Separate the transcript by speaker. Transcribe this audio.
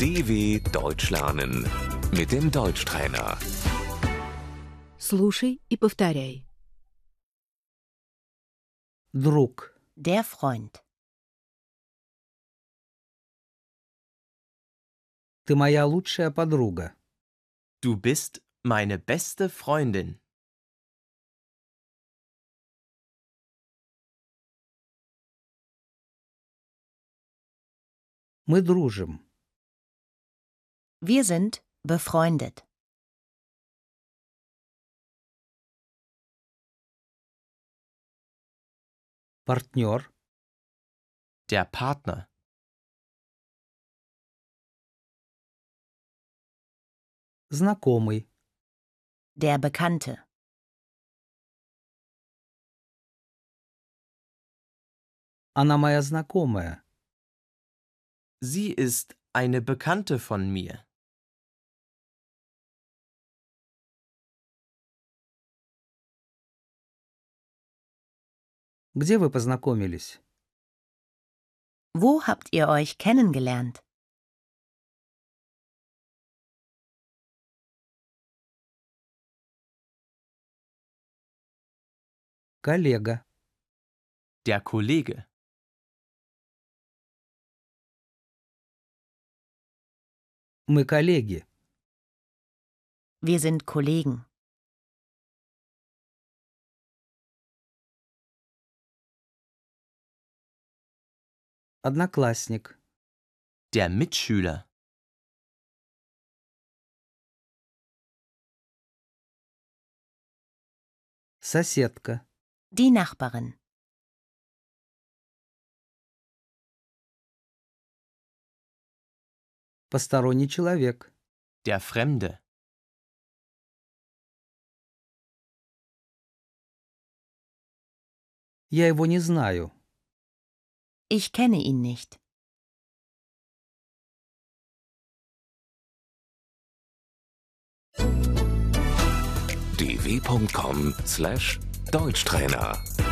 Speaker 1: DW Deutsch lernen mit dem Deutschtrainer.
Speaker 2: Слушай и повторяй.
Speaker 3: Друг.
Speaker 4: Der Freund.
Speaker 3: Ты моя лучшая подруга.
Speaker 5: Du bist meine beste Freundin.
Speaker 3: Мы дружим.
Speaker 4: Wir sind befreundet.
Speaker 3: Партнер.
Speaker 5: Der Partner.
Speaker 3: Знакомый.
Speaker 4: Der Bekannte.
Speaker 3: Она моя знакомая.
Speaker 5: Sie ist eine Bekannte von mir.
Speaker 3: Где вы познакомились?
Speaker 4: Wo habt ihr euch kennengelernt?
Speaker 3: Коллега.
Speaker 5: Der Kollege.
Speaker 3: Мы коллеги.
Speaker 4: Wir sind Kollegen.
Speaker 3: Одноклассник.
Speaker 5: Der Mitschüler.
Speaker 3: Соседка.
Speaker 4: Die Nachbarin.
Speaker 3: Посторонний человек.
Speaker 5: Der Fremde.
Speaker 3: Я его не знаю.
Speaker 4: Ich kenne ihn nicht.
Speaker 1: dw.com/deutschtrainer